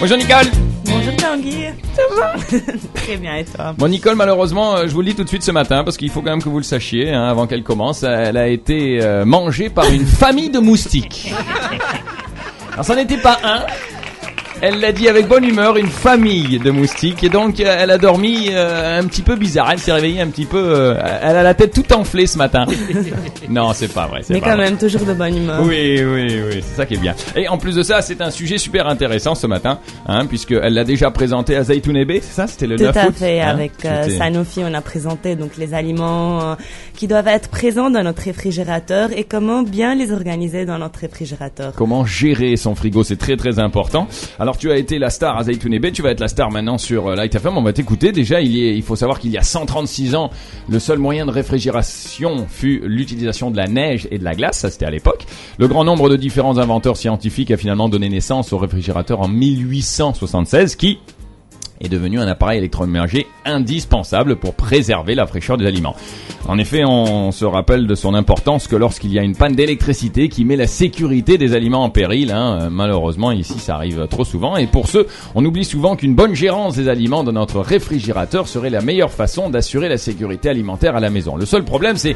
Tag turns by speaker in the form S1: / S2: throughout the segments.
S1: Bonjour Nicole
S2: Bonjour Tanguy. Ça va Très bien et toi
S1: Bon Nicole malheureusement euh, je vous le dis tout de suite ce matin parce qu'il faut quand même que vous le sachiez hein, avant qu'elle commence, elle a été euh, mangée par une famille de moustiques. Alors ça n'était pas un, elle l'a dit avec bonne humeur, une famille de moustiques. Et donc, euh, elle a dormi euh, un petit peu bizarre. Elle s'est réveillée un petit peu. euh, elle a la tête tout enflée ce matin. non, c'est pas vrai. c'est
S2: Mais
S1: pas
S2: quand
S1: vrai.
S2: même, toujours de bonne humeur.
S1: Oui, oui, oui, c'est ça qui est bien. Et en plus de ça, c'est un sujet super intéressant ce matin, hein, puisque elle l'a déjà présenté à Zaytounebe, c'est ça C'était le
S2: Tout
S1: 9
S2: à
S1: août,
S2: fait.
S1: hein
S2: Avec euh,
S1: C'était-
S2: Sanofi, on a présenté donc les aliments euh, qui doivent être présents dans notre réfrigérateur et comment bien les organiser dans notre réfrigérateur.
S1: Comment gérer son frigo, c'est très très important. Alors tu as été la star à Zaytounebe, tu vas être la star maintenant sur euh, Light FM, on va t'écouter. Déjà, il, y est- il faut savoir qu'il y a 136 ans, le seul moyen de réfrigération fut l'utilisation de la neige et de la glace, ça c'était à l'époque. Le grand nombre de différents inventeurs scientifiques a finalement donné naissance au réfrigérateur en 1876 qui est devenu un appareil électroménager indispensable pour préserver la fraîcheur des aliments. En effet, on se rappelle de son importance que lorsqu'il y a une panne d'électricité qui met la sécurité des aliments en péril, hein, euh, malheureusement ici ça arrive trop souvent, et pour ce, on oublie souvent qu'une bonne gérance des aliments dans notre réfrigérateur serait la meilleure façon d'assurer la sécurité alimentaire à la maison. Le seul problème c'est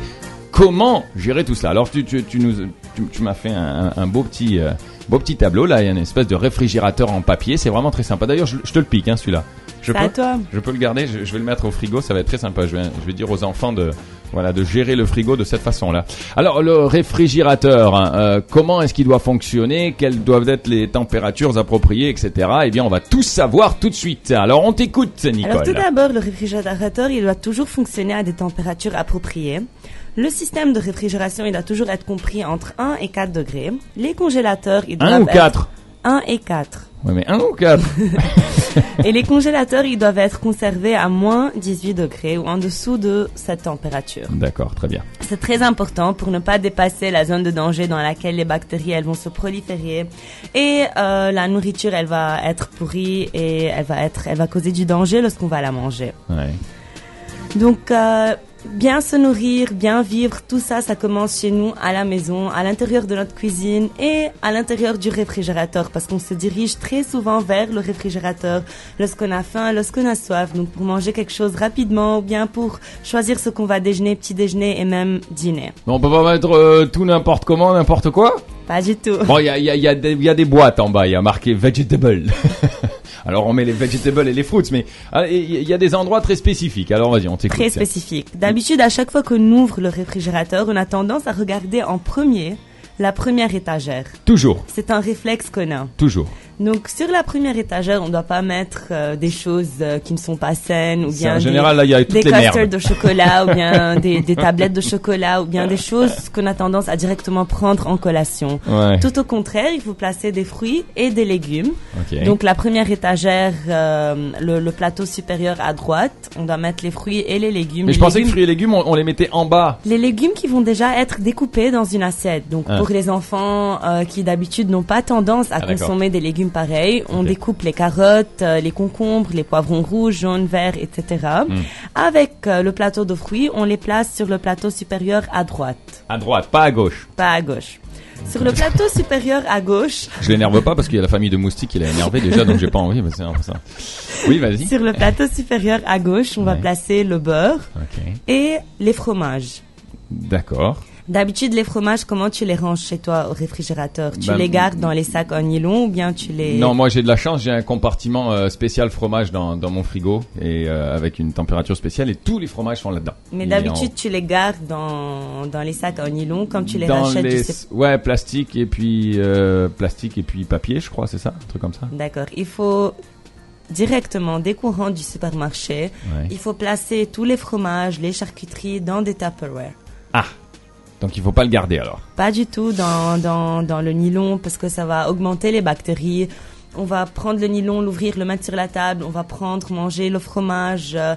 S1: comment gérer tout cela. Alors tu, tu, tu nous, tu, tu m'as fait un, un beau petit... euh, Beau petit tableau, là, il y a une espèce de réfrigérateur en papier, c'est vraiment très sympa. D'ailleurs, je, je te le pique, hein, celui-là. Je
S2: C'est à toi.
S1: je peux le garder, je, je vais le mettre au frigo, ça va être très sympa. Je vais, je vais dire aux enfants de, voilà, de gérer le frigo de cette façon-là. Alors, le réfrigérateur, hein, euh, comment est-ce qu'il doit fonctionner Quelles doivent être les températures appropriées, etc. Eh bien, on va tout savoir tout de suite. Alors, on t'écoute,
S2: Alors tout
S1: Nicole.
S2: d'abord, le réfrigérateur, il doit toujours fonctionner à des températures appropriées. Le système de réfrigération, il doit toujours être compris entre 1 et 4 degrés. Les congélateurs, ils doivent
S1: Un ou
S2: être
S1: quatre
S2: 1 et 4.
S1: Ouais, mais un ou quatre
S2: Et les congélateurs, ils doivent être conservés à moins 18 degrés ou en dessous de cette température.
S1: D'accord, très bien.
S2: C'est très important pour ne pas dépasser la zone de danger dans laquelle les bactéries elles vont se proliférer et euh, la nourriture elle va être pourrie et elle va être elle va causer du danger lorsqu'on va la manger.
S1: Ouais.
S2: Donc euh, bien se nourrir, bien vivre, tout ça ça commence chez nous à la maison, à l'intérieur de notre cuisine et à l'intérieur du réfrigérateur parce qu'on se dirige très souvent vers le réfrigérateur lorsqu'on a faim, lorsqu'on a soif. Donc pour manger quelque chose rapidement ou bien pour choisir ce qu'on va déjeuner, petit déjeuner et même dîner.
S1: Mais on peut pas mettre euh, tout n'importe comment, n'importe quoi
S2: Pas du tout.
S1: Bon, il y a, il y, a, il y, a des- il y a des boîtes en bas, il y a marqué vegetable. Alors, on met les vegetables et les fruits, mais ah, il y a- il y a des endroits très spécifiques. Alors, vas-y, on t'écoute.
S2: Très
S1: tiens.
S2: spécifique. D'habitude, à chaque fois qu'on ouvre le réfrigérateur, on a tendance à regarder en premier la première étagère.
S1: Toujours,
S2: C'est un réflexe qu'on a.
S1: toujours.
S2: Donc sur la première étagère, on ne doit pas mettre euh, des choses euh, qui ne sont pas saines ou
S1: C'est- En
S2: bien des,
S1: général, là, il y a toutes
S2: des
S1: les
S2: custards
S1: merdes.
S2: de chocolat ou bien des, des tablettes de chocolat ou bien des choses qu'on a tendance à directement prendre en collation.
S1: Ouais.
S2: Tout au contraire, il faut placer des fruits et des légumes.
S1: ok.
S2: Donc la première étagère, euh, le, le plateau supérieur à droite, on doit mettre les fruits et les légumes.
S1: mais je
S2: Les
S1: pensais que
S2: légumes-
S1: fruits et légumes, on, on les mettait en bas.
S2: les légumes qui vont déjà être découpés dans une assiette. Donc
S1: Ah.
S2: pour les enfants euh, qui d'habitude n'ont pas tendance à
S1: Ah, d'accord.
S2: consommer des légumes pareils, on
S1: Ok.
S2: découpe les carottes, euh, les concombres, les poivrons rouges, jaunes, verts, etc.
S1: Hmm.
S2: Avec euh, le plateau de fruits, on les place sur le plateau supérieur à droite,
S1: À droite, pas à gauche.
S2: pas à gauche. Sur le plateau supérieur à gauche,
S1: Je l'énerve pas parce qu'il y a la famille de moustiques qui l'a énervé déjà, donc j'ai pas envie. mais c'est un peu ça. Oui, vas-y.
S2: sur le plateau supérieur à gauche, on va
S1: Ouais.
S2: placer le beurre
S1: Ok.
S2: et les fromages.
S1: D'accord.
S2: D'habitude, les fromages, comment tu les ranges chez toi au réfrigérateur Tu
S1: Ben,
S2: les gardes dans les sacs en nylon ou bien tu les...
S1: Non, moi j'ai de la chance, j'ai un compartiment euh, spécial fromage dans, dans mon frigo et euh, avec une température spéciale et tous les fromages sont là-dedans.
S2: Mais
S1: Et
S2: d'habitude, tu les gardes dans, dans les sacs en nylon, comme tu les
S1: dans
S2: rachètes,
S1: les-
S2: tu sais.
S1: ouais plastique et puis euh, plastique et puis papier, je crois, c'est ça, un truc comme ça.
S2: D'accord. Il faut directement, dès qu'on rentre du supermarché,
S1: Ouais.
S2: il faut placer tous les fromages, les charcuteries dans des Tupperware.
S1: Ah, donc il faut pas le garder alors.
S2: Pas du tout dans, dans, dans le nylon, parce que ça va augmenter les bactéries. On va prendre le nylon, l'ouvrir, le mettre sur la table. On va prendre, manger le fromage, euh,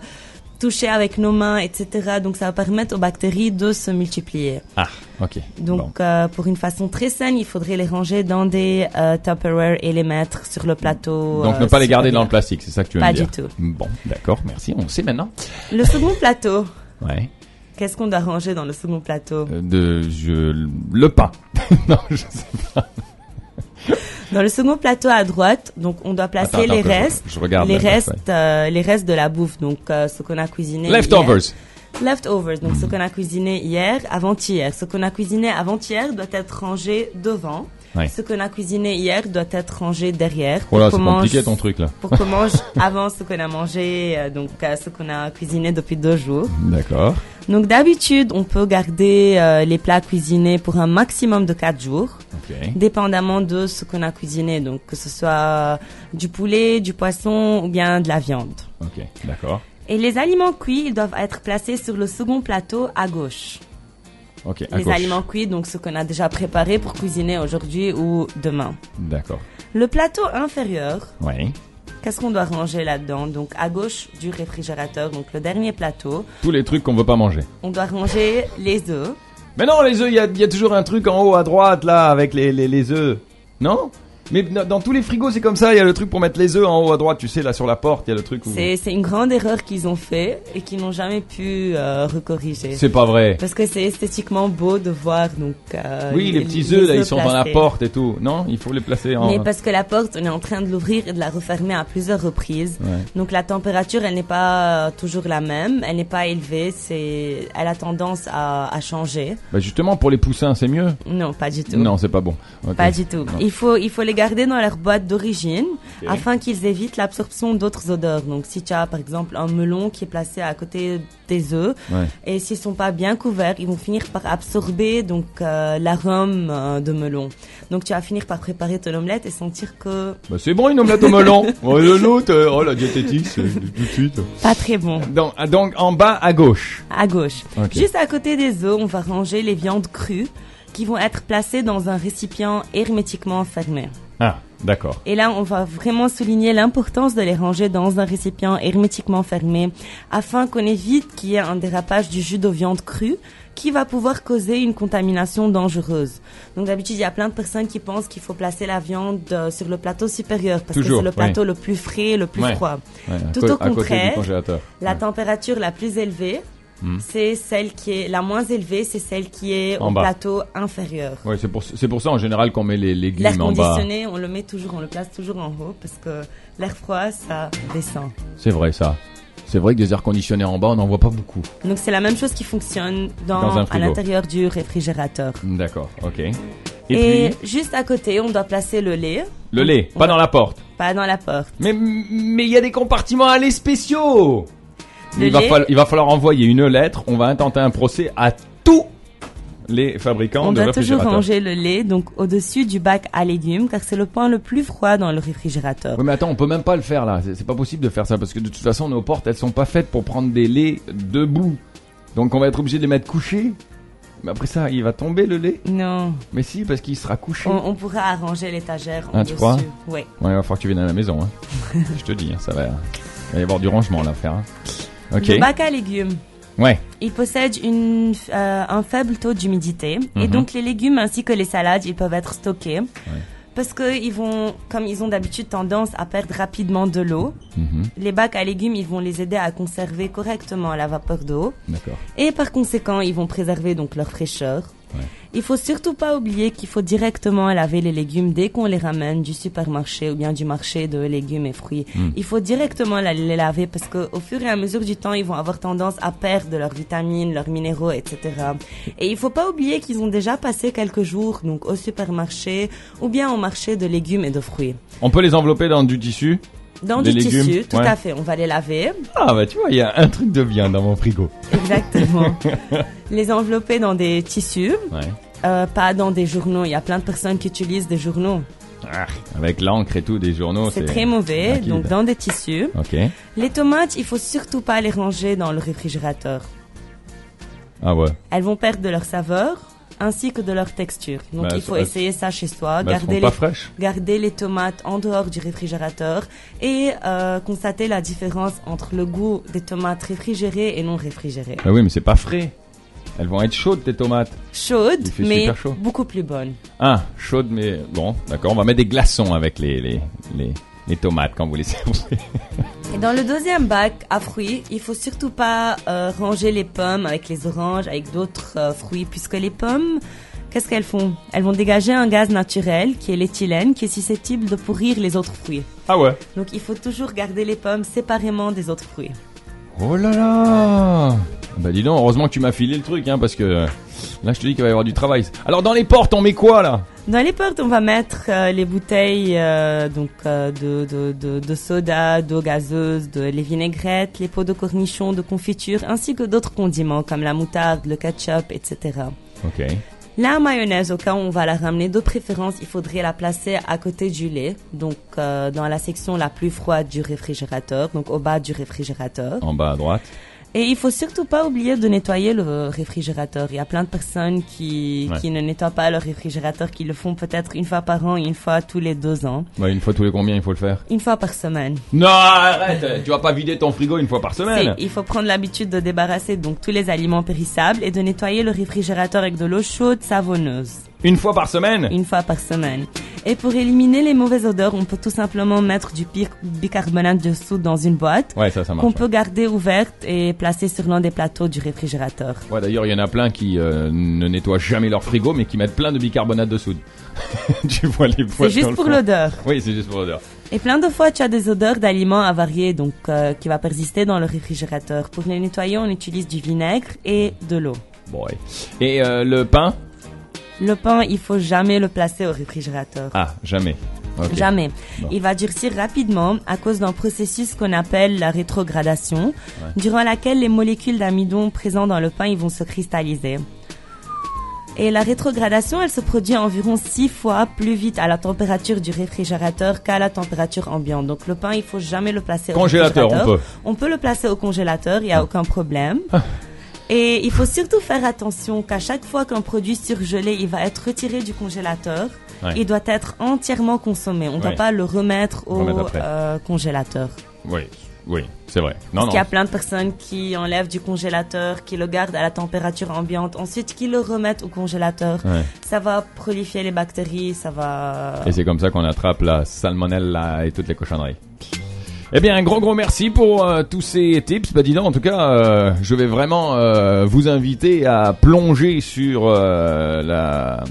S2: toucher avec nos mains, etc. Donc, ça va permettre aux bactéries de se multiplier.
S1: Ah, ok.
S2: Donc,
S1: Bon.
S2: euh, pour une façon très saine, il faudrait les ranger dans des euh, Tupperware et les mettre sur le plateau.
S1: Donc
S2: euh,
S1: ne pas les garder dans le
S2: supérieur.
S1: plastique, c'est ça que tu veux
S2: Pas
S1: me dire
S2: du tout.
S1: Bon, d'accord, merci, on sait maintenant.
S2: Le second plateau,
S1: Ouais.
S2: qu'est-ce qu'on doit ranger dans le second plateau
S1: Euh, De je le pain. non, je sais pas.
S2: Dans le second plateau à droite, donc on doit placer
S1: Attends, attends
S2: les
S1: que je-
S2: restes,
S1: je regarde
S2: les
S1: la- la
S2: restes,
S1: feuille.
S2: euh, les restes de la bouffe, donc euh, ce qu'on a cuisiné.
S1: Leftovers.
S2: hier. Leftovers, donc ce qu'on a cuisiné hier, avant-hier. Ce qu'on a cuisiné avant-hier doit être rangé devant.
S1: Ouais.
S2: Ce qu'on a cuisiné hier doit être rangé derrière.
S1: Oh là,
S2: pour
S1: c'est
S2: qu'on
S1: compliqué
S2: mange-
S1: ton truc là.
S2: Pour qu'on mange avant ce qu'on a mangé, euh, donc euh, ce qu'on a cuisiné depuis deux jours.
S1: D'accord.
S2: Donc d'habitude, on peut garder euh, les plats cuisinés pour un maximum de quatre jours
S1: Ok.
S2: dépendamment de ce qu'on a cuisiné, donc que ce soit du poulet, du poisson ou bien de la viande.
S1: Ok. D'accord.
S2: Et les aliments cuits, ils doivent être placés sur le second plateau à gauche.
S1: Ok. À
S2: les
S1: gauche.
S2: aliments cuits, donc ce qu'on a déjà préparé pour cuisiner aujourd'hui ou demain.
S1: D'accord.
S2: Le plateau inférieur,
S1: Oui.
S2: qu'est-ce qu'on doit ranger là-dedans Donc à gauche du réfrigérateur, donc le dernier plateau,
S1: Tous les trucs qu'on veut pas manger.
S2: on doit ranger les œufs.
S1: Mais non, les œufs, il y a, il y a toujours un truc en haut à droite là avec les, les, les œufs. Non Mais dans dans tous les frigos, c'est comme ça. Il y a le truc pour mettre les œufs en haut à droite. Tu sais, là sur la porte, il y a le truc où.
S2: C'est c'est une grande erreur qu'ils ont fait et qu'ils n'ont jamais pu euh, recorriger.
S1: C'est pas vrai.
S2: Parce que c'est esthétiquement beau de voir, donc. euh,
S1: Oui, les petits œufs là, ils sont dans la
S2: placés.
S1: porte et tout. Non, il faut les placer en.
S2: Mais parce que la porte, on est en train de l'ouvrir et de la refermer à plusieurs reprises.
S1: Ouais.
S2: Donc la température, elle n'est pas toujours la même, elle n'est pas élevée, c'est, elle a tendance à, à changer.
S1: Bah justement, pour les poussins, c'est mieux.
S2: Non, pas du tout.
S1: Non, c'est pas bon. Ok.
S2: Pas du tout. Il faut, il faut les garder dans leur boîte d'origine
S1: Ok.
S2: afin qu'ils évitent l'absorption d'autres odeurs. Donc si tu as par exemple un melon qui est placé à côté des œufs
S1: Ouais.
S2: et s'ils sont pas bien couverts, ils vont finir par absorber donc euh, l'arôme euh, de melon. Donc tu vas finir par préparer ton omelette et sentir que
S1: Bah c'est bon, une omelette au melon. oh, le l'autre, euh, oh la diététique, c'est tout de suite.
S2: pas très bon.
S1: Donc, ah, donc en bas à gauche.
S2: À gauche.
S1: Ok.
S2: Juste à côté des œufs, on va ranger les viandes crues qui vont être placées dans un récipient hermétiquement fermé.
S1: Ah, d'accord.
S2: Et là, on va vraiment souligner l'importance de les ranger dans un récipient hermétiquement fermé afin qu'on évite qu'il y ait un dérapage du jus de viande crue qui va pouvoir causer une contamination dangereuse. Donc d'habitude, il y a plein de personnes qui pensent qu'il faut placer la viande euh, sur le plateau supérieur parce
S1: Toujours,
S2: que c'est le
S1: oui.
S2: plateau le plus frais, et le plus
S1: Ouais.
S2: froid.
S1: Ouais, à
S2: Tout
S1: co-
S2: au
S1: à côté
S2: contraire,
S1: du congélateur.
S2: La température la plus élevée,
S1: Hmm.
S2: c'est celle qui est la moins élevée, c'est celle qui est
S1: En
S2: au
S1: bas.
S2: plateau inférieur.
S1: Ouais, c'est pour c'est pour ça en général qu'on met les
S2: L'air
S1: légumes en bas.
S2: conditionné, on le met toujours, on le place toujours en haut parce que l'air froid, ça descend.
S1: C'est vrai ça. C'est vrai que des airs conditionnés en bas, on n'en voit pas beaucoup.
S2: Donc c'est la même chose qui fonctionne dans,
S1: Dans un
S2: à
S1: frigo.
S2: l'intérieur du réfrigérateur.
S1: D'accord, ok. Et,
S2: Et,
S1: puis
S2: juste à côté, on doit placer le lait,
S1: le lait, pas dans la porte.
S2: pas dans la porte.
S1: Mais mais il y a des compartiments à lait spéciaux.
S2: Le
S1: il, va
S2: lait-
S1: falloir, il va falloir envoyer une lettre. On va intenter un procès à tous les fabricants
S2: On
S1: de
S2: doit toujours
S1: réfrigérateurs.
S2: ranger le lait donc au-dessus du bac à légumes car c'est le point le plus froid dans le réfrigérateur.
S1: Oui, mais attends, on peut même pas le faire là. C'est c'est pas possible de faire ça parce que de toute façon, nos portes, elles sont pas faites pour prendre des laits debout. Donc on va être obligé de les mettre couchés. Mais après ça, il va tomber le lait.
S2: Non,
S1: Mais si, parce qu'il sera couché.
S2: on, on pourra arranger l'étagère en
S1: Ah, tu
S2: dessus.
S1: crois
S2: Ouais.
S1: Ouais, il va falloir que tu viennes à la maison. Hein. Je te dis, hein, ça va. Il va y avoir du rangement là, frère. hein. Ok.
S2: Le bac à légumes.
S1: Ouais.
S2: Il possède une, euh, un faible taux d'humidité et
S1: Mhm.
S2: donc les légumes ainsi que les salades, ils peuvent être stockés parce que ils vont, comme ils ont d'habitude tendance à perdre rapidement de l'eau,
S1: Mhm,
S2: les bacs à légumes, ils vont les aider à conserver correctement la vapeur d'eau
S1: D'accord.
S2: et par conséquent, ils vont préserver donc leur fraîcheur.
S1: Ouais.
S2: Il faut surtout pas oublier qu'il faut directement laver les légumes dès qu'on les ramène du supermarché ou bien du marché de légumes et fruits.
S1: Mm.
S2: Il faut directement la- les laver parce que au fur et à mesure du temps, ils vont avoir tendance à perdre leurs vitamines, leurs minéraux, etc. Et il faut pas oublier qu'ils ont déjà passé quelques jours donc au supermarché ou bien au marché de légumes et de fruits.
S1: On peut les envelopper dans du tissu.
S2: Dans
S1: Des
S2: du
S1: légumes,
S2: tissu, tout
S1: ouais.
S2: à fait. On va les laver.
S1: Ah bah tu vois, il y a un truc de bien dans mon frigo.
S2: Exactement. les envelopper dans des tissus.
S1: Ouais.
S2: Euh, pas dans des journaux. Il y a plein de personnes qui utilisent des journaux.
S1: Ah, avec l'encre et tout, des journaux.
S2: c'est très mauvais.
S1: liquide.
S2: Donc dans des tissus.
S1: Ok.
S2: Les tomates, il faut surtout pas les ranger dans le réfrigérateur.
S1: Ah ouais.
S2: Elles vont perdre de leur saveur ainsi que de leur texture. Donc
S1: Bah,
S2: il faut
S1: elles-
S2: essayer ça chez soi.
S1: Bah, elles
S2: garder
S1: seront
S2: les
S1: pas fraîches.
S2: garder les tomates en dehors du réfrigérateur et euh, constater la différence entre le goût des tomates réfrigérées et non réfrigérées.
S1: Bah oui, mais c'est pas frais. Elles vont être chaudes tes tomates.
S2: Chaudes,
S1: Il fait
S2: mais
S1: super chaud.
S2: beaucoup plus bonnes.
S1: Ah, chaude, mais bon, d'accord. On va mettre des glaçons avec les, les, les, les tomates quand vous les servez.
S2: Et dans le deuxième bac à fruits, il faut surtout pas euh, ranger les pommes avec les oranges, avec d'autres euh, fruits, puisque les pommes, qu'est-ce qu'elles font Elles vont dégager un gaz naturel qui est l'éthylène qui est susceptible de pourrir les autres fruits.
S1: Ah ouais.
S2: Donc il faut toujours garder les pommes séparément des autres fruits.
S1: Oh là là Bah dis donc, heureusement que tu m'as filé le truc, hein, parce que euh, là je te dis qu'il va y avoir du travail. Alors dans les portes, on met quoi là
S2: Dans les portes, on va mettre euh, les bouteilles euh, donc euh, de, de, de, de soda, d'eau gazeuse, de, les vinaigrettes, les pots de cornichons, de confiture, ainsi que d'autres condiments comme la moutarde, le ketchup, etc.
S1: Ok.
S2: La mayonnaise, au cas où on va la ramener, de préférence, il faudrait la placer à côté du lait, donc euh, dans la section la plus froide du réfrigérateur, donc au bas du réfrigérateur.
S1: En bas à droite.
S2: Et il faut surtout pas oublier de nettoyer le réfrigérateur. Il y a plein de personnes qui,
S1: Ouais.
S2: qui ne nettoient pas leur réfrigérateur, qui le font peut-être une fois par an, une fois tous les deux ans,
S1: Bah une fois tous les combien il faut le faire
S2: une fois par semaine.
S1: Non, arrête Tu vas pas vider ton frigo une fois par semaine
S2: C'est- Il faut prendre l'habitude de débarrasser donc tous les aliments périssables et de nettoyer le réfrigérateur avec de l'eau chaude savonneuse.
S1: Une fois par semaine
S2: une fois par semaine. Et pour éliminer les mauvaises odeurs, on peut tout simplement mettre du pir- bicarbonate de soude dans une boîte
S1: Ouais, ça, ça
S2: qu'on
S1: marche.
S2: peut garder ouverte et placer sur l'un des plateaux du réfrigérateur.
S1: Ouais, d'ailleurs, il y en a plein qui euh, ne nettoient jamais leur frigo, mais qui mettent plein de bicarbonate de soude. tu vois les
S2: C'est
S1: poils dans
S2: juste
S1: le
S2: pour
S1: fond.
S2: l'odeur.
S1: Oui, c'est juste pour l'odeur.
S2: Et plein de fois, tu as des odeurs d'aliments avariés donc euh, qui va persister dans le réfrigérateur. Pour les nettoyer, on utilise du vinaigre et de l'eau.
S1: Bon, ouais. Et euh, le pain
S2: Le pain, il faut jamais le placer au réfrigérateur.
S1: Ah, jamais. Ok.
S2: Jamais.
S1: Bon.
S2: Il va durcir rapidement à cause d'un processus qu'on appelle la rétrogradation, durant laquelle les molécules d'amidon présentes dans le pain ils vont se cristalliser. Et la rétrogradation, elle se produit environ 6 fois plus vite à la température du réfrigérateur qu'à la température ambiante. Donc le pain, il faut jamais le placer au
S1: Congélateur, on
S2: réfrigérateur.
S1: peut.
S2: On peut le placer au congélateur,
S1: Ah.
S2: il n'y a aucun problème. Et il faut surtout faire attention qu'à chaque fois qu'un produit surgelé, il va être retiré du congélateur,
S1: Ouais.
S2: il doit être entièrement consommé. On ne
S1: Ouais.
S2: doit pas le remettre au
S1: Remettre après.
S2: euh, congélateur.
S1: Oui, oui, c'est vrai. Non,
S2: Parce
S1: non.
S2: qu'il y a plein de personnes qui enlèvent du congélateur, qui le gardent à la température ambiante, ensuite qui le remettent au congélateur.
S1: Ouais.
S2: Ça va prolifier les bactéries, ça va...
S1: Et c'est comme ça qu'on attrape la salmonelle et toutes les cochonneries. Eh bien, un gros gros merci pour euh, tous ces tips. Bah dis donc, en tout cas, euh, je vais vraiment euh, vous inviter à plonger sur euh, la,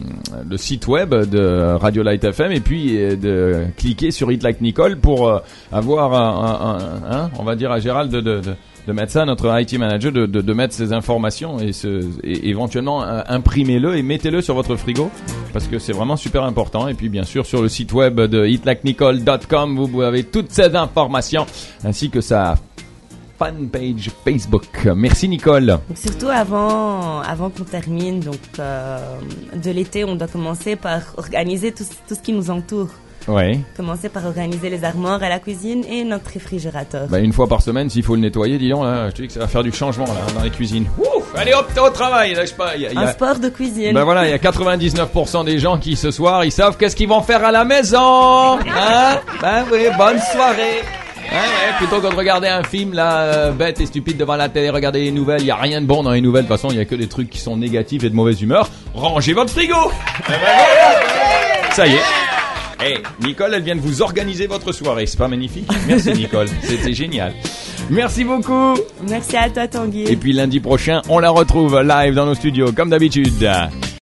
S1: le site web de Radio Light FM et puis euh, de cliquer sur Hit Like Nicole pour euh, avoir, un, un- un- un- on va dire à Gérald de, de, de- de mettre ça, notre IT manager, de, de, de mettre ces informations et, ce, et éventuellement euh, imprimez-le et mettez-le sur votre frigo parce que c'est vraiment super important. Et puis bien sûr sur le site web de hitlacnicole.com, vous avez toutes ces informations ainsi que sa fanpage Facebook. Merci Nicole.
S2: Donc surtout avant, avant qu'on termine donc euh, de l'été, on doit commencer par organiser tout, tout ce qui nous entoure.
S1: Ouais.
S2: Commencer par organiser les armoires à la cuisine et notre réfrigérateur.
S1: Bah, une fois par semaine, s'il faut le nettoyer, dis donc, là, je te dis que ça va faire du changement là, dans les cuisines. Ouf, allez hop, t'es au travail, lâche pas. il y a- il y
S2: Un
S1: a-
S2: sport de cuisine.
S1: Ben voilà, il y a 99% des gens qui ce soir, ils savent qu'est-ce qu'ils vont faire à la maison. Hein Ben oui, bonne soirée. Hein, ouais, plutôt que de regarder un film là euh, bête et stupide devant la télé, regarder les nouvelles, il y a rien de bon dans les nouvelles. De toute façon, il y a que des trucs qui sont négatifs et de mauvaise humeur. Rangez votre frigo. Eh ben voilà. Ça y est. Hey, Nicole, elle vient de vous organiser votre soirée. C'est pas magnifique Merci Nicole, c'était génial. Merci beaucoup.
S2: Merci à toi Tanguy.
S1: Et puis lundi prochain, on la retrouve live dans nos studios comme d'habitude.